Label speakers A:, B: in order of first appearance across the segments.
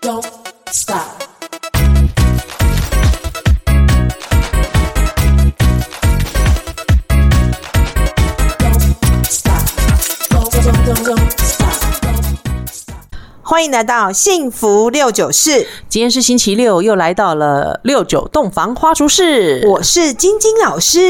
A: don't stop. Don't stop. Don't, don't, don't, don't stop. Don't stop.
B: 欢迎来到幸福六九室，
C: 今天是星期六，又来到了六九洞房花烛室。
B: 我是晶晶老师。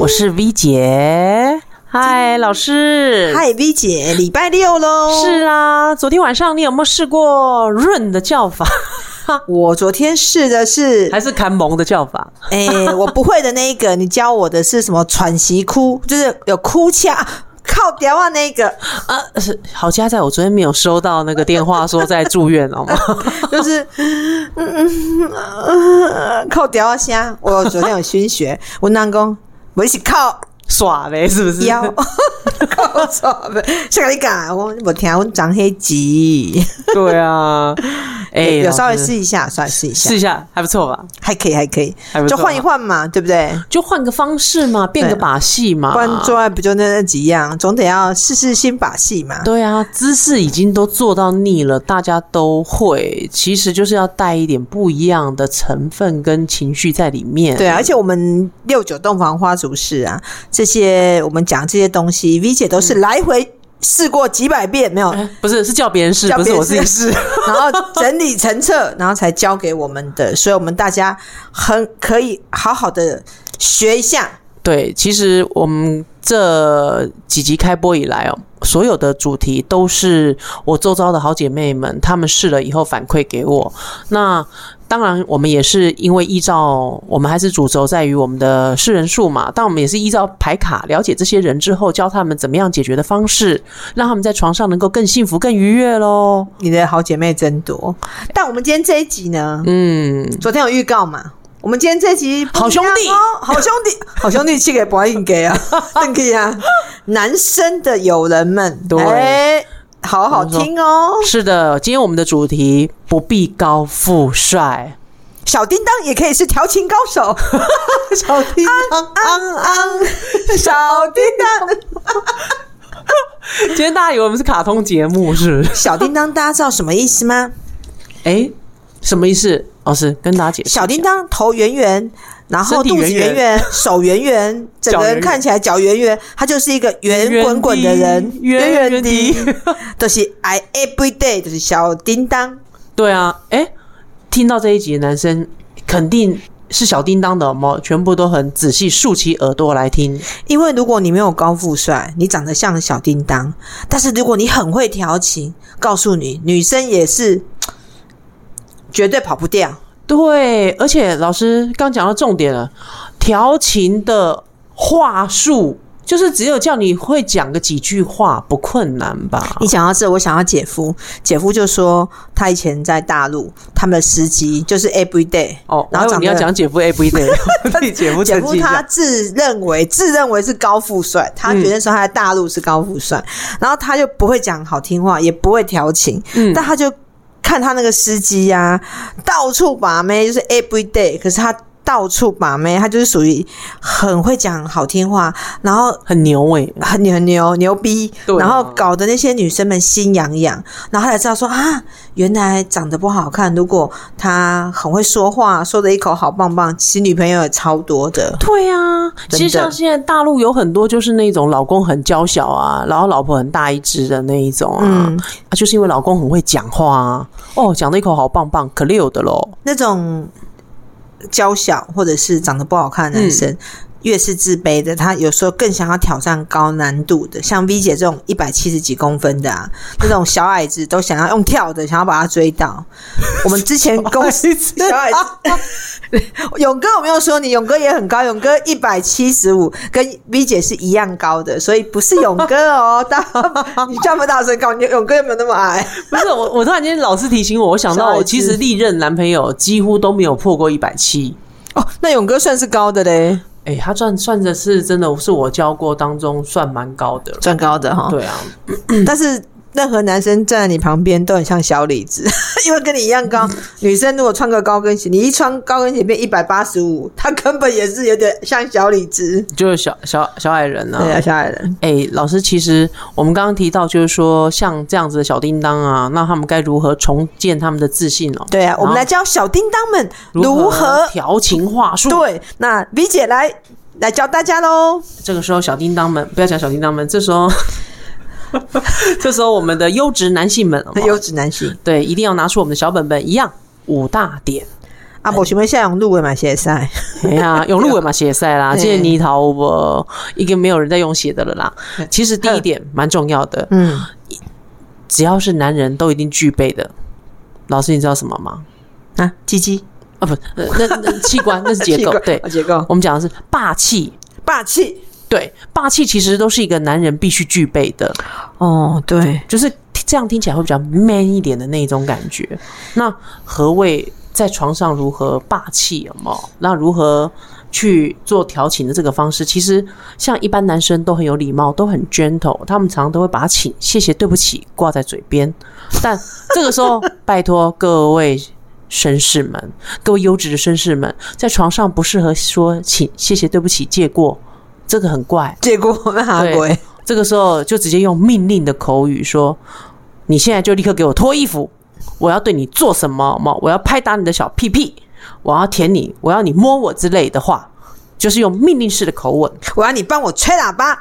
C: 我是 V 姐，嗨，老师，，
B: 嗨，V 姐，礼拜六喽。
C: 是啊，昨天晚上你有没有试过润的叫法，
B: 我昨天试的是，
C: 还是砍蒙的叫法？
B: 哎、我不会的那一个，你教我的是什么？喘息哭，就是有哭腔，啊靠屌啊那个，
C: 呃，是好家在我昨天没有收到那个电话说在住院 哦。
B: 就是嗯嗯嗯，靠屌啊虾。我昨天有熏学，我南公，我一起靠
C: 耍呗，是不是？
B: 腰，靠错呗，谁跟你讲？我我听我长黑吉。
C: 对啊，哎、
B: 有有
C: 老师
B: 稍微试一下，稍微试一下
C: 试，一下，还不错吧？
B: 还可以，还可以
C: 还，不
B: 就
C: 错啊
B: 换一换嘛，对不对？
C: 就换个方式嘛，变个
B: 对
C: 把戏嘛。
B: 不然做爱不就那那几样，总得要试试新把戏嘛。
C: 对啊，姿势已经都做到腻了，大家都会，其实就是要带一点不一样的成分跟情绪在里面。
B: 对啊，而且我们六九洞房花烛式啊，这些我们讲这些东西，V
C: 嗯
B: 姐都是来回试过几百遍， 没有，
C: 哎，不是是叫别人试，
B: 叫
C: 不
B: 别
C: 是
B: 人
C: 我自己试。
B: 然后整理成册，然后才交给我们的，所以我们大家很可以好好的学一下。
C: 对，其实我们这几集开播以来哦，所有的主题都是我周遭的好姐妹们，她们试了以后反馈给我。那当然，我们也是因为依照我们还是主轴在于我们的试人数嘛，但我们也是依照牌卡了解这些人之后，教他们怎么样解决的方式，让他们在床上能够更幸福、更愉悦 喽。
B: 你的好姐妹真多，但我们今天这一集呢，
C: 嗯，
B: 昨天有预告嘛？我们今天这集不一样哦
C: 好兄弟
B: 好兄 弟，好兄弟，去给博应给啊， 邓给啊，男生的友人们，
C: 对
B: 哎好好听哦。
C: 是的，今天我们的主题不必高富帅，
B: 小叮当也可以是调情高手，
C: 小叮当。
B: 昂昂， 小叮当，
C: 今天大家以为我们是卡通节目是不 是？
B: 小叮当，大家知道什么意思吗？
C: 哎、什么意思？老师跟大家解释一下。
B: 小叮当头圆圆，然后
C: 身体
B: 肚子圆
C: 圆
B: 圆，手圆 圆，整
C: 脚
B: 个
C: 圆
B: 人
C: 圆
B: 看起来脚圆圆，他就是一个圆滚滚的人，
C: 圆圆
B: 的
C: 的。
B: 就是 I every day 就是小叮当，
C: 对啊，哎、听到这一集的男生肯定是小叮当的，有没有全部都很仔细竖起耳朵来听。
B: 因为如果你没有高富帅，你长得像小叮当，但是如果你很会调情，告诉你女生也是绝对跑不掉。
C: 对，而且老师刚讲到重点了，调情的话术。就是只有叫你会讲个几句话，不困难吧
B: 你？想到这，我想到姐夫，姐夫就说他以前在大陆，他们的司机就是 every day
C: 哦，
B: 然后
C: 我还
B: 长
C: 以为你要
B: 得
C: 讲姐夫 A B 的，我替姐夫
B: 姐
C: 澄
B: 夫
C: 清一
B: 他
C: 下。嗯
B: 自认为自认为是高富帅，他觉得说他在大陆是高富帅，然后他就不会讲好听话，也不会调情，
C: 嗯
B: 但他就看他那个司机呀、到处把妹，就是 every day，可是他。到处把妹，他就是属于很会讲好听话，然后
C: 很牛哎、
B: 很牛很牛牛逼，
C: 对啊
B: 然后搞得那些女生们心痒痒，然后她才知道说啊，原来长得不好看，如果他很会说话，说的一口好棒棒，其实女朋友也超多的。
C: 对啊，
B: 真的
C: 其实像现在大陆有很多就是那种老公很娇小啊，然后老婆很大一只的那一种啊，
B: 嗯
C: 啊就是因为老公很会讲话啊，哦，讲的一口好棒棒，可溜的喽。
B: 那种娇小或者是长得不好看的男生，越是自卑的，他有时候更想要挑战高难度的，像 V 姐这种一百七十几公分的啊，那种小矮子都想要用跳的，想要把他追 到。我们之前公司小矮子， 勇哥我没有说你，勇哥也很高，勇哥一百七十五，跟 V 姐是一样高的，所以不是勇哥哦， 大你这么大声高，你勇哥有没有那么矮？
C: 不是我，我突然间老是提醒我，我想到
B: 小孩
C: 我
B: 子
C: 其实历任男朋友几乎都没有破过一百七。
B: 哦，那勇哥算是高的嘞，
C: 哎、他算算的是真的是我交过当中算蛮高的了。
B: 哦算高的哈、
C: 对啊，
B: 但是任何男生站在你旁边都很像小李子， 因为跟你一样高。女生如果穿个高跟鞋，你一穿高跟鞋变一百八十五，她根本也是有点像小李子。
C: 就是小小小矮人啊。
B: 对啊，小矮人，
C: 哎、老师，其实我们刚刚提到，就是说像这样子的小叮当啊，那他们该如何重建他们的自信哦？
B: 对啊，我们来
C: 然后
B: 教小叮当们
C: 如
B: 如何
C: 调情话术？，
B: 对。那 V 姐来来教大家喽。
C: 这个时候小叮当们不要讲小叮当们，这时候 这时候我们的优质男性们，好不好
B: 优质哎男性，
C: 对，一定要拿出我们的小本本，一样五大点。
B: 啊，我请问夏永路会买鞋赛？
C: 哎呀，用入尾嘛写赛啦，
B: 对
C: 这泥桃我已经没有人在用写的了啦。其实第一点蛮重要的，
B: 嗯，
C: 只要是男人都一定具备的。老师，你知道什么吗？
B: 啊，鸡鸡
C: 啊，不，呃那那 器官那是结构，对
B: 啊，结构
C: 我们讲的是霸气，
B: 霸气。
C: 对，霸气其实都是一个男人必须具备的，
B: 哦，对，
C: 就是这样听起来会比较 man 一点的那一种感觉。那何谓在床上如何霸气？有没有？那如何去做调情的这个方式？其实像一般男生都很有礼貌，都很 gentle，他们常常都会把他请谢谢、对不起挂在嘴边。但这个时候，拜托各位。绅士们，各位优质的绅士们，在床上不适合说请、谢谢、对不起、借过，这个很 怪。
B: 结果那哈鬼，
C: 这个时候就直接用命令的口语说：“你现在就立刻给我脱衣服，我要对你做什么么？我要拍打你的小屁屁，我要舔你，我要你摸我之类的话，就是用命令式的口吻。
B: 我要你帮我吹喇 叭，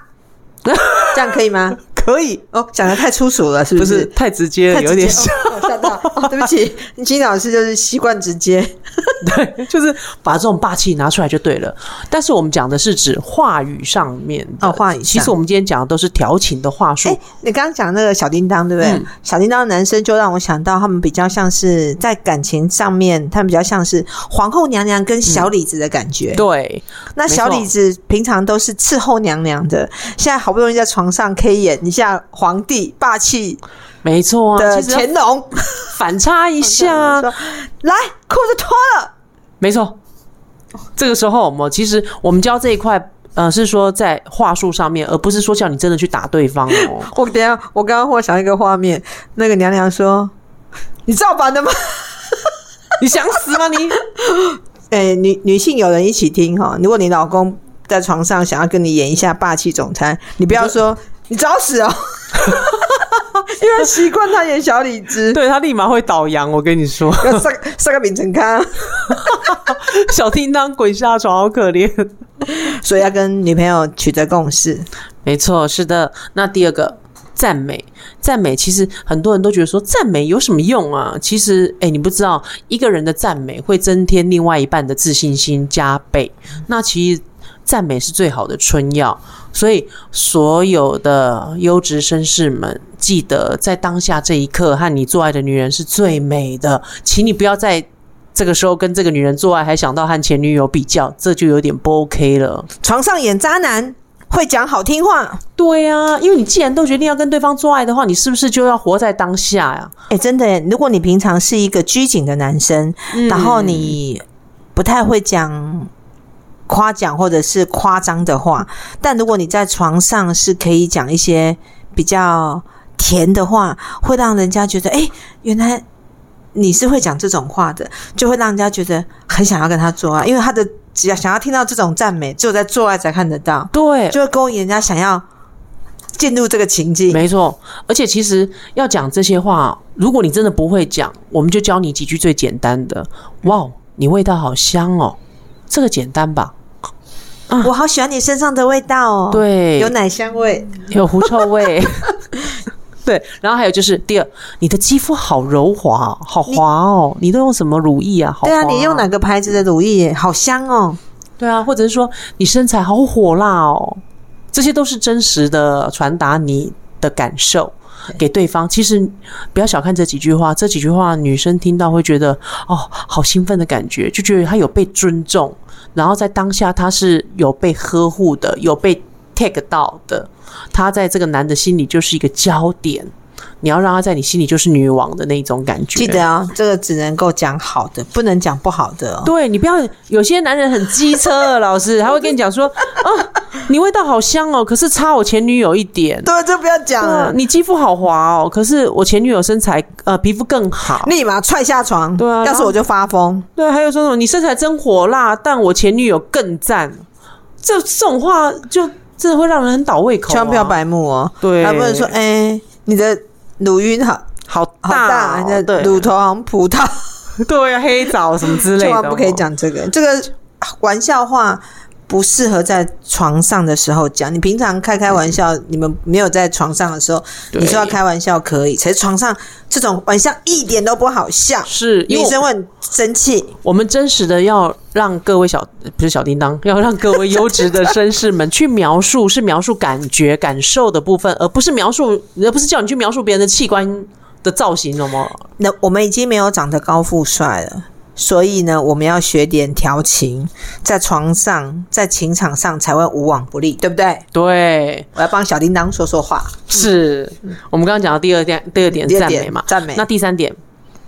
B: 这样可以吗？可以哦，讲的太粗俗了，是是？
C: 太直接
B: 太直接哦我吓到、哦，对不 起，金老师就是习惯直接。
C: 嗯对，就是把这种霸气拿出来就对了。但是我们讲的是指话语上面的
B: 哦话语上
C: 其实我们今天讲的都是调情的话术。
B: 哎、你刚刚讲那个小叮当，对不对？
C: 嗯
B: 小叮当的男生就让我想到，他们比较像是在感情上面，他们比较像是皇后娘娘跟小李子的感觉。
C: 对，
B: 那小李子平常都是伺候娘娘的，现在好不容易在床上可以演一下皇帝霸气
C: 没错啊，
B: 的
C: 其实要
B: 乾隆，
C: 反差一下啊，
B: 说来裤子脱了，
C: 没错，这个时候我们其实我们教这一块，呃，是说在话术上面，而不是说叫你真的去打对方 哦。
B: 我等一下我刚刚忽然想到一个画面，那个娘娘说：“ 你造反的吗
C: 你想死吗你？？”
B: 哎、女女性有人一起听哈，如果你老公在床上想要跟你演一下霸气总裁，你不要说你找死哦， 因为习惯他演小李子，
C: 对他立马会倒羊，我跟你说，
B: 要上上个秉承咖。
C: 小叮当滚下床，好可怜。
B: 所以要跟女朋友取得共识。
C: 没错，是的。那第二个。赞美，赞美，其实很多人都觉得说赞美有什么用啊？其实，哎、你不知道，一个人的赞美会增添另外一半的自信心加倍。那其实赞美是最好的春药，所以所有的优质绅士们，记得在当下这一刻和你做爱的女人是最美的，请你不要在这个时候跟这个女人做爱，还想到和前女友比较，这就有点不 OK 了。
B: 床上演渣男，会讲好听话。
C: 对啊，因为你既然都决定要跟对方做爱的话，你是不是就要活在当下呀、
B: 哎、真的耶，如果你平常是一个拘谨的男生，然后
C: 嗯
B: 你不太会讲夸奖或者是夸张的话，但如果你在床上是可以讲一些比较甜的话，会让人家觉得，哎、原来。你是会讲这种话的，就会让人家觉得很想要跟他做爱，因为他的只要想要听到这种赞美，只有在做爱才看得到。
C: 对，
B: 就会勾引人家想要进入这个情境。
C: 没错。而且其实要讲这些话，如果你真的不会讲，我们就教你几句最简单的。哇，哦你味道好香哦，这个简单吧？
B: 我好喜欢你身上的味道哦，，
C: 啊对，
B: 有奶香味，
C: 有狐臭 味。 对，然后还有就是第二，你的肌肤好柔滑哦，好滑哦，你都用什么乳液啊？好
B: 对啊，
C: 滑
B: 你用
C: 哦
B: 哪个牌子的乳液耶？好香哦，
C: 对啊，或者是说你身材好火辣哦，这些都是真实的传达你的感受给对方。其实不要小看这几句话，这几句话女生听到会觉得哦，好兴奋的感觉，就觉得她有被尊重，然后在当下她是有被呵护的，有被 take 到的，她在这个男的心里就是一个焦点。你要让她在你心里就是女王的那种感觉。
B: 记得哦，这个只能够讲好的，不能讲不好的、哦。
C: 对你不要，有些男人很机车的 老师，他会跟你讲说，啊，你味道好香哦，可是差我前女友一点。
B: 对，这不要讲
C: 啊
B: 了，，
C: 你肌肤好滑哦，可是我前女友身材呃皮肤更好。
B: 立马踹下床。
C: 对啊
B: 要是我就发疯。
C: 对，还有说什么你身材真火辣，但我前女友更赞。这这种话就真的会让人很倒胃口、啊，
B: 千万不要白目哦。
C: 对
B: 还不能说，哎、你的乳晕好
C: 好
B: 好大，
C: 大哦，
B: 你的
C: 对
B: 乳头好像葡萄，
C: 对啊，黑枣什么之类的，
B: 千
C: 哦
B: 万不可以。讲这个，这个玩笑话。不适合在床上的时候讲。你平常开开玩笑，你们没有在床上的时候，
C: 对
B: 你说要开玩笑可以，可是床上这种玩笑一点都不好笑，
C: 是因
B: 女
C: 为
B: 生会很生气。
C: 我们真实的要让各位小不是小叮当，要让各位优质的绅士们去描述，是描述感觉感受的部分，而不是描述，而不是叫你去描述别人的器官的造型，懂吗？
B: 那我们已经没有长得高富帅了，所以呢，我们要学点调情，在床上、在情场上才会无往不利，对不对？
C: 对，
B: 我要帮小叮当说说话。
C: 是、我们刚刚讲到第二点，第二点
B: 第二
C: 赞美
B: 点
C: 嘛，
B: 赞美
C: 那第三点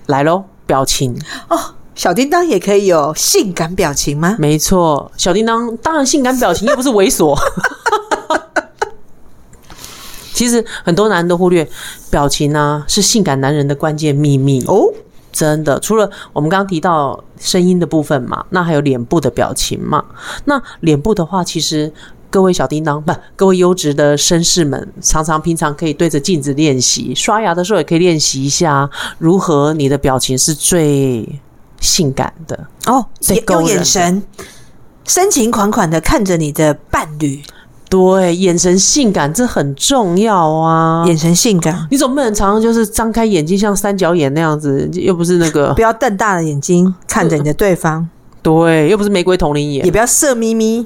C: 来喽，表情。
B: 哦，小叮当也可以有性感表情吗？
C: 没错，小叮当当然性感表情，又不是猥琐。其实很多男人都忽略表情啊，是性感男人的关键秘密。
B: 哦，
C: 真的，除了呃我们刚刚提到声音的部分嘛，那还有脸部的表情嘛。那脸部的话，其实各位小叮当不，各位优质的绅士们，常常平常可以对着镜子练习，刷牙的时候也可以练习一下，如何你的表情是最性感的。
B: 哦，
C: 最
B: 也
C: 勾
B: 用
C: 人
B: 眼
C: 的
B: 神深情款款的看着你的伴侣，
C: 对，眼神性感这很重要啊！
B: 眼神性感，
C: 你总不能常常就是张开眼睛像三角眼那样子，又不是那个
B: 不要瞪大了眼睛看着你的对方，
C: 对，又不是玫瑰同龄眼
B: 也，不要色眯眯，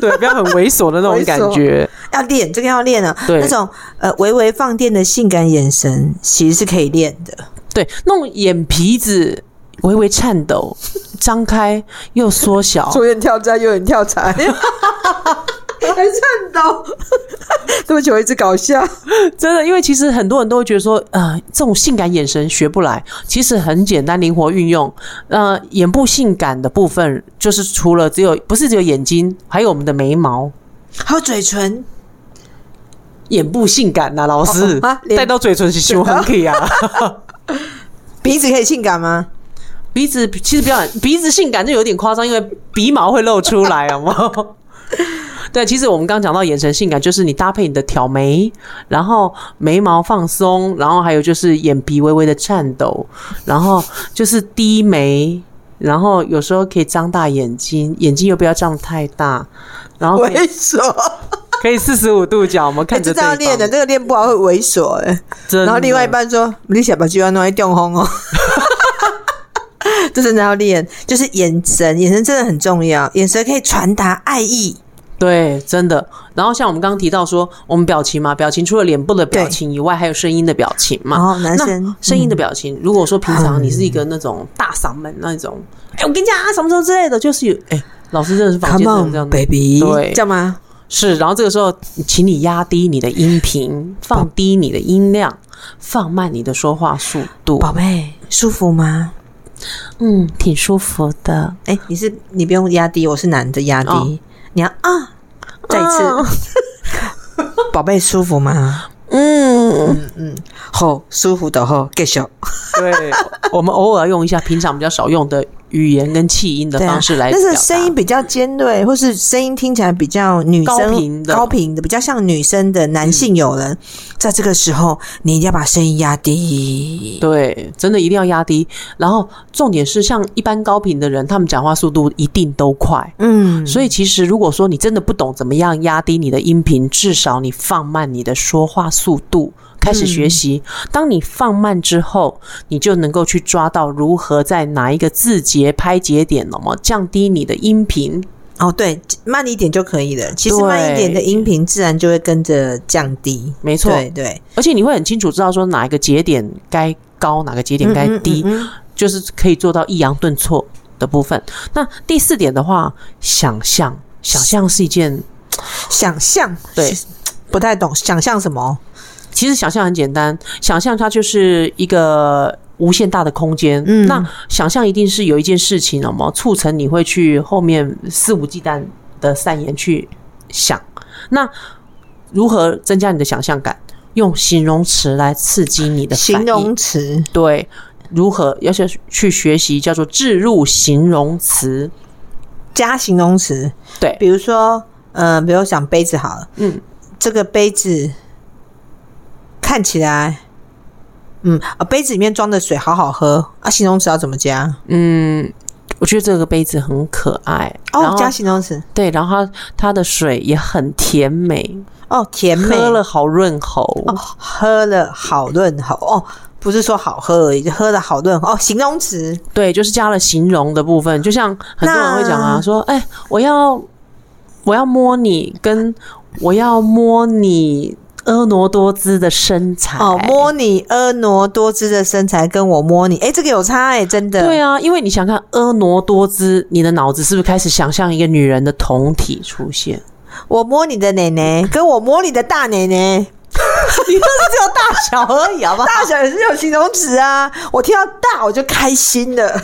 C: 对，不要很猥琐的那
B: 猥琐
C: 种感觉。
B: 要练这个要练啊。
C: 对
B: 那种呃微微放电的性感眼神，其实是可以练的。
C: 对，那种眼皮子微微颤抖，张开又缩 小，
B: 眼跳摘，右眼跳 财，还颤 抖，对不起，我一直搞笑。
C: 真的，因为其实很多人都会觉得说，呃，这种性感眼神学不来，其实很简单，灵活运用。呃，眼部性感的部分，就是除了只有不是只有眼睛，还有我们的眉毛。
B: 还有嘴唇，
C: 眼部性感呐、老师
B: 哦 哦啊脸
C: 带到嘴唇是凶狠可以 啊。
B: 鼻子可以性感吗？
C: 鼻子其实比较鼻子性感就有点夸张，因为鼻毛会露出来，好吗？ 对，其实我们刚刚讲到眼神性感，就是你搭配你的挑眉，然后眉毛放松，然后还有就是眼皮微微的颤抖，然后就是低眉，然后有时候可以张大眼睛，眼睛又不要张太大，然后可以
B: 猥琐，
C: 可以四十五度角，我们
B: 哦哎，
C: 看
B: 这
C: 着
B: 招
C: 对
B: 练
C: 方
B: 的，这个练不好会猥琐哎、
C: 真的
B: 然后另外一半说：“你想把鸡巴弄来中风哦。” 这真的要练，就是眼神，眼神真的很重要，眼神可以传达爱意。
C: 对，真的。然后像我们刚刚提到说，我们表情嘛，表情除了脸部的表情以外，还有声音的表情
B: 然
C: 嘛。
B: 后哦男
C: 那
B: 生嗯
C: 声音的表情，如果说平常你是一个那种大嗓门那种，哎、我跟你讲啊，什么时候之类的，就是有哎、老师真的是房间
B: ，Come
C: 真的是这
B: on
C: 样子
B: baby，
C: 对
B: 这样吗？
C: 是。然后这个时候，请你压低你的音频，放低你的音量，放慢你的说话速度。
B: 宝贝，舒服吗？
C: 嗯，挺舒服的。
B: 哎、你是你不用压低，我是男的压低，
C: 哦
B: 你要啊，再一次，
C: 啊
B: 宝贝舒服吗？
C: 嗯，
B: 好，舒服的好，继续。
C: 对，我们偶尔用一下平常比较少用的语言跟气音的
B: 对啊
C: 方式来表
B: 但
C: 达。
B: 是声音比较尖锐，或是声音听起来比较女生
C: 高频的嗯
B: 高频的，比较像女生的男性友人，在这个时候你一定要把声音压低。
C: 对，真的一定要压低。然后重点是，像一般高频的人，他们讲话速度一定都快。
B: 嗯，
C: 所以其实如果说你真的不懂怎么样压低你的音频，至少你放慢你的说话速度，开始学习。
B: 嗯
C: 当你放慢之后，你就能够去抓到如何在哪一个字节拍节点，那么降低你的音频。
B: 哦，对，慢一点就可以了。其实
C: 对
B: 慢一点的音频自然就会跟着降低。
C: 没错，
B: 对对，
C: 而且你会很清楚知道说哪一个节点该高，哪个节点该低。
B: 嗯嗯嗯嗯
C: 就是可以做到抑扬顿挫的部分。那第四点的话，想象，想象是一件
B: 想象
C: 对，
B: 不太懂想象什么，
C: 其实想象很简单，想象它就是一个无限大的空间。
B: 嗯
C: 那想象一定是有一件事情，什么促成你会去后面肆无忌惮的散言去想。那如何增加你的想象感？用形容词来刺激你的反
B: 形
C: 应
B: 容词，
C: 对，如何要去去学习叫做置入形容词。
B: 加形容词，
C: 对
B: 比如说，呃，比如讲杯子好了，
C: 嗯，
B: 这个杯子看起来，嗯啊，杯子里面装的水好好喝啊，形容词要怎么加？
C: 嗯，我觉得这个杯子很可爱然
B: 哦，
C: 后
B: 加形容词，
C: 对，然后它它的水也很甜美，
B: 哦，甜美，
C: 喝了好润喉。
B: 哦，喝了好润喉哦，不是说好喝而已，喝了好润喉哦，形容词
C: 对，就是加了形容的部分，就像很多人会讲啊，
B: 那
C: 说哎、我要我要摸你，跟我要摸你婀娜多姿的身材。
B: 哦，摸你婀娜多姿的身材，跟我摸你，哎，这个有差哎、真的，
C: 对啊，因为你想看婀娜多姿，你的脑子是不是开始想象一个女人的酮体出 现？
B: 我摸你的奶奶，跟我摸你的大奶 奶。你都是只有大小而已，好不好？大小也是有形容词啊！我听到大我就开心了。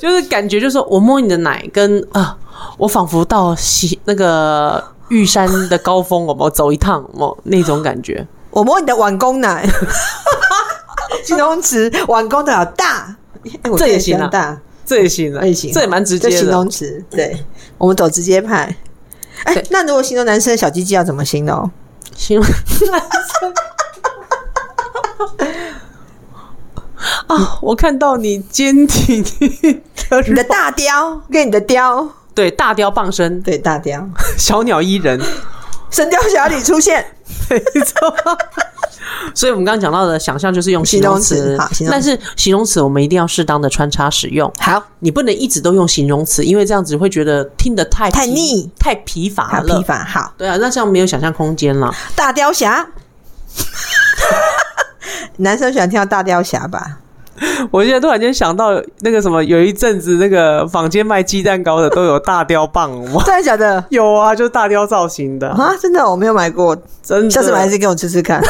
C: 就是感觉就是我摸你的奶跟，啊，我仿佛到西那个玉山的高峰，我们走一趟，我那种感 觉。
B: 我摸你的碗公奶， 形容词碗公的老大，哎我
C: 这
B: 真的
C: 也
B: 喜欢
C: 行啊
B: 大。哎
C: 这也行啊，
B: 类型，
C: 这也蛮直接
B: 就形
C: 的。
B: 容词，对我们走直接派。哎、
C: 对
B: 那如果形容男生的小鸡鸡要怎么形 容？
C: 形容啊，我看到你坚挺 的
B: 你的大雕跟你的雕，
C: 对大雕傍身，
B: 对大雕，《
C: 小鸟依人。
B: 神雕侠侣》出现，
C: 没错。所以，我们刚刚讲到的想象就是用形容
B: 形容
C: 词
B: 词好形，容
C: 但是形容词我们一定要适当的穿插使用。
B: 好，
C: 你不能一直都用形容词，因为这样子会觉得听得太疲
B: 太腻、
C: 太疲乏
B: 好
C: 了。
B: 批法好，
C: 对啊，那这样没有想象空间了。
B: 大雕侠。 男生喜欢听到大雕侠吧？？
C: 我现在突然间想到那个什么，有一阵子那个坊间卖鸡蛋糕的都有大雕棒吗
B: 真的假的？
C: 有啊，就是大雕造型的，
B: 啊，真的我没有买过，
C: 真 的。
B: 下次买一次给我吃吃 看。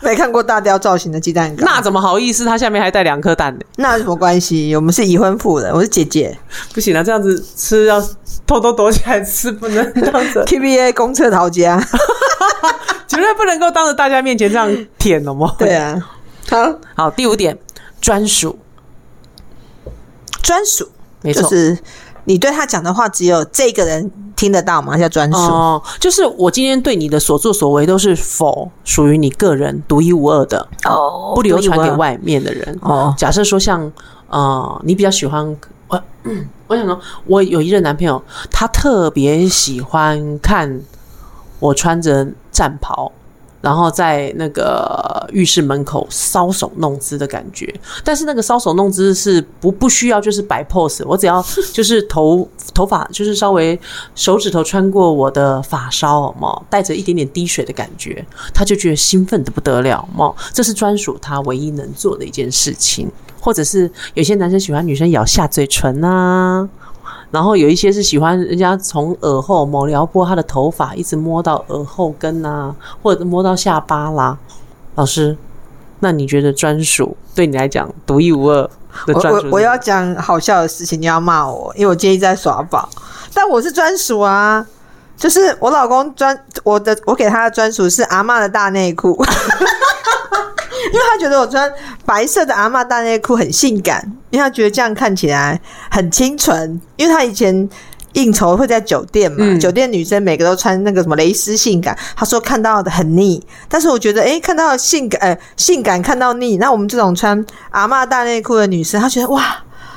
B: 没看过大雕造型的鸡蛋糕，
C: 那怎么好意思？它下面还带两颗蛋呢、
B: 那有什么关系？我们是已婚妇人，我是姐姐
C: 不行啊，这样子吃要偷偷躲起来吃，不能这样子。
B: ，TBA 公厕逃 家。
C: 绝对不能够当着大家面前这样舔了吗？
B: 对。啊，好，
C: 好，第五点，专属，
B: 专属
C: 没错。
B: 就是你对他讲的话，只有这个人听得到嘛，叫专属。
C: 哦，就是我今天对你的所作所为都是否属于你个人独一无二的，
B: 哦
C: 不流传给。外面的人。
B: 哦，
C: 假设说像呃，你比较喜欢我， 我想说，我有一任男朋友，他特别喜欢看我穿着战袍，然后在那个浴室门口搔首弄姿的感觉。但是那个搔首弄姿是不不需要就是摆 pose，我只要就是头头发就是稍微手指头穿过我的发梢，嘛，带着一点点滴水的感觉，他就觉得兴奋的不得了，嘛，这是专属他唯一能做的一件事情。或者是有些男生喜欢女生咬下嘴唇啊，然后有一些是喜欢人家从耳后某撩拨他的头发，一直摸到耳后根啊，或者摸到下巴啦。老师，那你觉得专属对你来讲独一无二
B: 我
C: 的专
B: 我
C: 属是
B: 我
C: 什么
B: 要讲好笑的事情，你要骂我，因为我今天在耍宝，但我是专属啊。就是我老公专我的，我给他的专属是阿嬷的大内裤， 因为他觉得我穿白色的阿嬷大内裤很性感，因为他觉得这样看起来很清纯。因为他以前应酬会在酒店嘛，
C: 嗯
B: 酒店女生每个都穿那个什么蕾丝性感，他说看到的很腻，但是我觉得诶，看到性感、呃、性感看到腻，那我们这种穿阿嬷大内裤的女生，她觉得哇。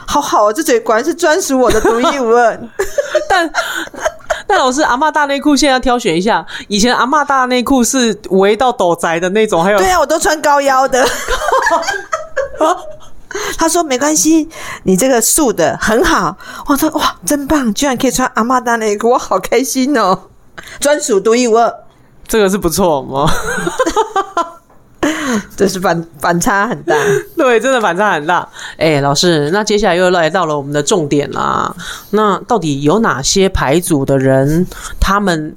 B: 好好哦，这嘴果然是专属我的独一无二。
C: 但 但老师，阿嬷大内裤现在要挑选一下。以前阿嬷大内裤是围到斗宅的那种，还有
B: 对啊，我都穿高腰的。他说没关系，你这个素的很好。我说哇，真棒，居然可以穿阿嬷大内裤，我好开心哦！专属独一无二，
C: 这个是不错哦吗？
B: 这是反反差很大。
C: 对，真的反差很大。哎、老师，那接下来又来到了我们的重点啦。那到底有哪些牌组的人，他们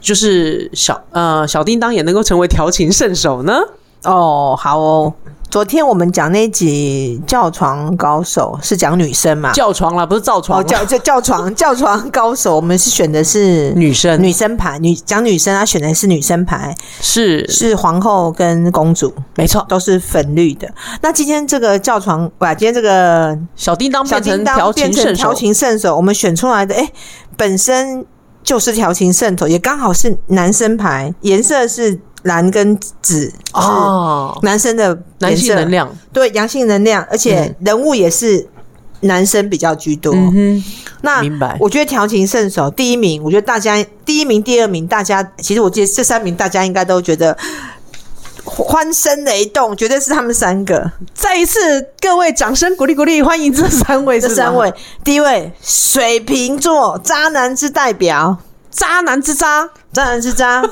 C: 就是小呃小叮当也能够成为调情圣手呢？
B: 哦，好哦。昨天我们讲那一集《叫床高手》是讲女生嘛？
C: 叫床啦，不是造床
B: 哦，
C: 啦，
B: 叫叫叫 床叫床高手，我们是选的是
C: 女生
B: 女生牌，女讲女生，她选的是女生牌，
C: 是
B: 是皇后跟公主，
C: 没错。
B: 都是粉绿的。那今天这个叫床，哇，今天这个
C: 小叮当
B: 小
C: 变
B: 叮
C: 成
B: 当
C: 调
B: 变
C: 情
B: 成
C: 圣
B: 调
C: 手，
B: 情圣手，我们选出来的，哎，本身就是调情圣手，也刚好是男生牌，颜色是蓝跟紫是
C: 哦，
B: 男生的
C: 男
B: 颜
C: 性
B: 色
C: 能，量。
B: 对阳性能量，而且人物也是男生比较居多。
C: 嗯哼，
B: 那
C: 明白
B: 我觉得调情圣手第一名，我觉得大家第一名、第二名，大家其实我记得这三名大家应该都觉得欢声雷动，绝对是他们三个。
C: 再一次各位掌声鼓励鼓励，欢迎这三位
B: 这
C: 是
B: 三
C: 吗
B: 位，第一位水瓶座渣男之代表，
C: 渣男之渣，
B: 渣男之 渣，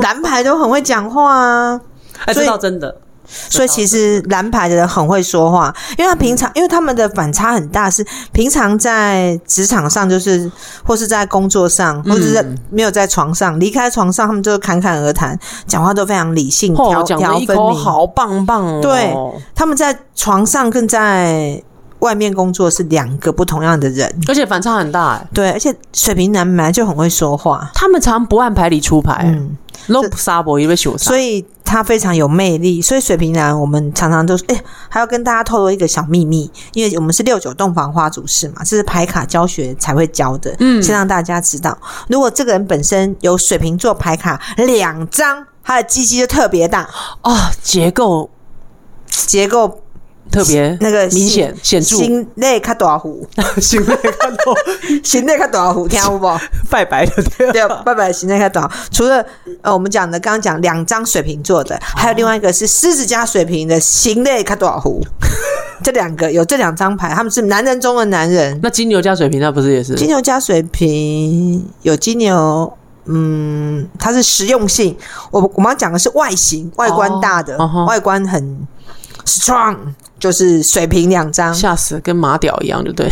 B: 蓝牌都很会讲话啊，
C: 哎，
B: 所以
C: 这倒真的。
B: 所以其实蓝牌的人很会说话，因为他平
C: 嗯
B: 常，因为他们的反差很大，是平常在职场上，就是或是在工作上，
C: 嗯
B: 或是在没有在床上，离开床上，他们就侃侃而谈，讲话都非常理性，条
C: 哦，讲
B: 条
C: 的一
B: 分
C: 口
B: 明。
C: 好棒棒哦。
B: 对他们在床上跟在外面工作是两个不同样的人。
C: 而且反差很大哎、
B: 对，而且水瓶男本来就很会说话，
C: 他们常不按牌理出牌，
B: 嗯，
C: 弄沙博因为羞
B: 所
C: 以
B: 以他非常有魅力。所以水瓶男，我们常常都说，哎、还要跟大家透露一个小秘密，因为我们是六九洞房花烛式嘛，这是牌卡教学才会教的，嗯，先让大家知道，如果这个人本身有水瓶座牌卡两张，他的鸡鸡就特别大，
C: 啊、结构
B: 结构
C: 特别
B: 那个
C: 明显显著，
B: 心内卡短 弧，
C: 行为看到
B: 心内卡短弧，听有不？
C: 拜拜的对 啊
B: 对，拜拜，行，那个短。除了呃，我们讲的刚刚讲两张水瓶座的，还有另外一个是狮子加水瓶的行类卡多少湖， 这两个有这两张牌，他们是男人中的男人。
C: 那金牛加水瓶，那不是也是
B: 金牛加水瓶有金牛，嗯，它是实用性。我我们要讲的是外形，外观大的，
C: 哦嗯哼
B: 外观很 strong，就是水瓶两张。
C: 吓死，跟马屌一样，就对，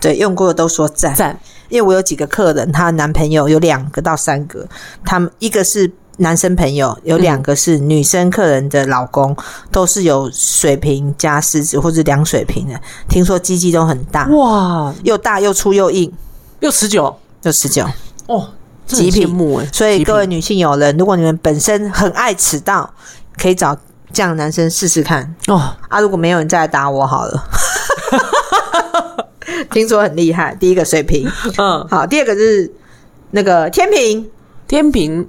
B: 对，用过的都说赞。
C: 赞
B: 因为我有几个客人，她的男朋友有两个到三个，他们一个是男生朋友，有两个是女生客人的老公，都是有水瓶加狮子或者两水瓶的，听说鸡鸡都很大，
C: 哇，
B: 又大又粗又硬，
C: 又持久
B: 又持久。
C: 哦，真的
B: 极
C: 很
B: 品
C: 羡慕哎，
B: 所以
C: 极品
B: 各位女性友人，如果你们本身很爱迟到，可以找这样的男生试试看
C: 哦，
B: 啊。如果没有，你再来打我好了。 听说很厉害，第一个水瓶，
C: 嗯，
B: 好，第二个是那个天平。
C: 天平。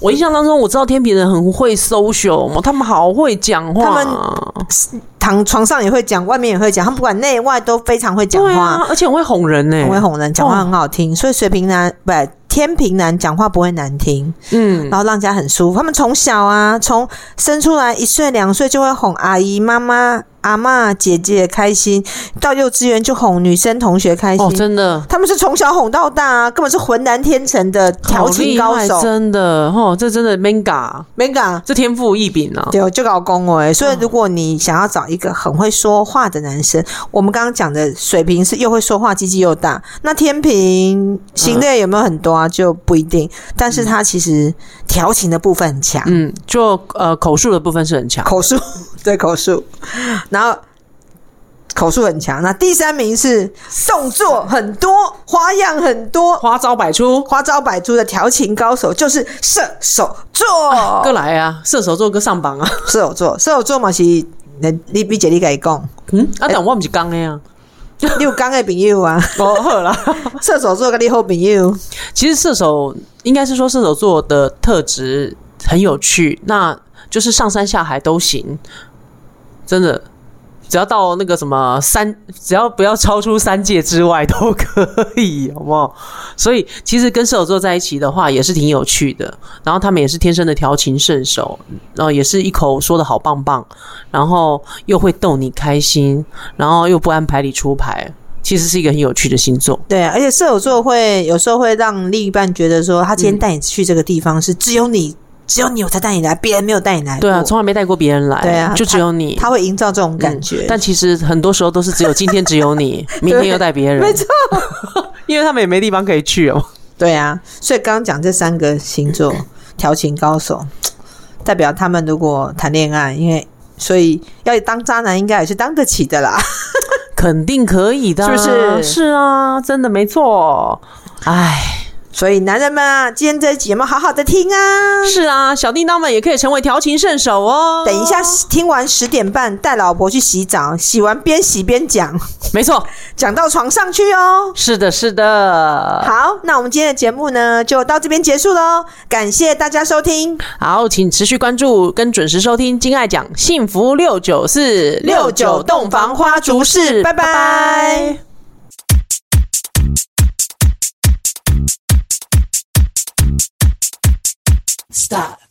C: 我印象当中，我知道天平人很会 social，嘛他们好会讲话，
B: 他们躺床上也会讲，外面也会讲，他们不管内外都非常会讲
C: 对
B: 话，
C: 啊，而且很会哄人呢、
B: 很会哄人，讲话很好听。所以水瓶男不天平男讲话不会难听，
C: 嗯，
B: 然后让人家很舒服。他们从小啊，从生出来一岁两岁就会哄阿姨、妈妈、阿嬷、姐姐开心，到幼稚园就哄女生同学开心。
C: 哦，真的
B: 他们是从小哄到大、啊，根本是浑然天成的调情
C: 好
B: 高
C: 厉害
B: 手。
C: 真的哦，这真的 manga，
B: 没敢。
C: 这天赋异禀啊！
B: 对，就搞公维。所以，如果你想要找一个很会说话的男生，我们刚刚讲的水平是又会说话，鸡鸡又大。那天平型类有没有很多啊？就不一定。但是他其实调情的部分很强，
C: 嗯，就呃口述的部分是很强，
B: 口述 对口述，然后口述很强。那第三名是动作很多，花样很多。
C: 花招百出，
B: 花招百出的调情高手就是射手座，
C: 哥来啊，射手座哥上榜啊！
B: 射手座，射手座嘛是，你你你姐你给讲，
C: 嗯，啊，
B: 哎
C: 但我不是刚的呀、
B: 你有刚的朋友 啊，
C: 啊，哦，好啦。
B: 射手座跟你好朋友，
C: 其实射手应该是说射手座的特质很有趣，那就是上山下海都行，真的。只要到那个什么三，只要不要超出三界之外都可以，好不好？所以其实跟射手座在一起的话，也是挺有趣的。然后他们也是天生的调情圣手，然后也是一口说的好棒棒，然后又会逗你开心，然后又不按牌理出牌，其实是一个很有趣的星座。
B: 对啊，而且射手座会有时候会让另一半觉得说，他今天带你去这个地方是只有你，只有你我才带你来，别人没有带你来过
C: 对啊，从来没带过别人来，
B: 对啊
C: 就只有你。
B: 他会营造这种感
C: 嗯
B: 觉。
C: 但其实很多时 候都是只有今天只有你，明天又带别人，
B: 没错，
C: 因为他们也没地方可以去哦。
B: 对啊，所以刚刚讲这三个星座调情高手，代表他们如果谈恋爱，因为所以要当渣男应该也是当得起的啦。
C: 肯定可以的啊，
B: 是不是
C: 是啊，真的没错。哎，
B: 所以男人们啊，今天这一集有没有好好的听啊？
C: 是啊，小叮当们也可以成为调情圣手哦。
B: 等一下，听完十点半，带老婆去洗澡，洗完边洗边讲，
C: 没错，
B: 讲到床上去哦。
C: 是的，是的。
B: 好，那我们今天的节目呢，就到这边结束喽。感谢大家收听
C: 好，请持续关注跟准时收听《金爱讲幸福六九四
B: 花烛
C: 室
B: 拜
C: 拜
B: 拜
C: 拜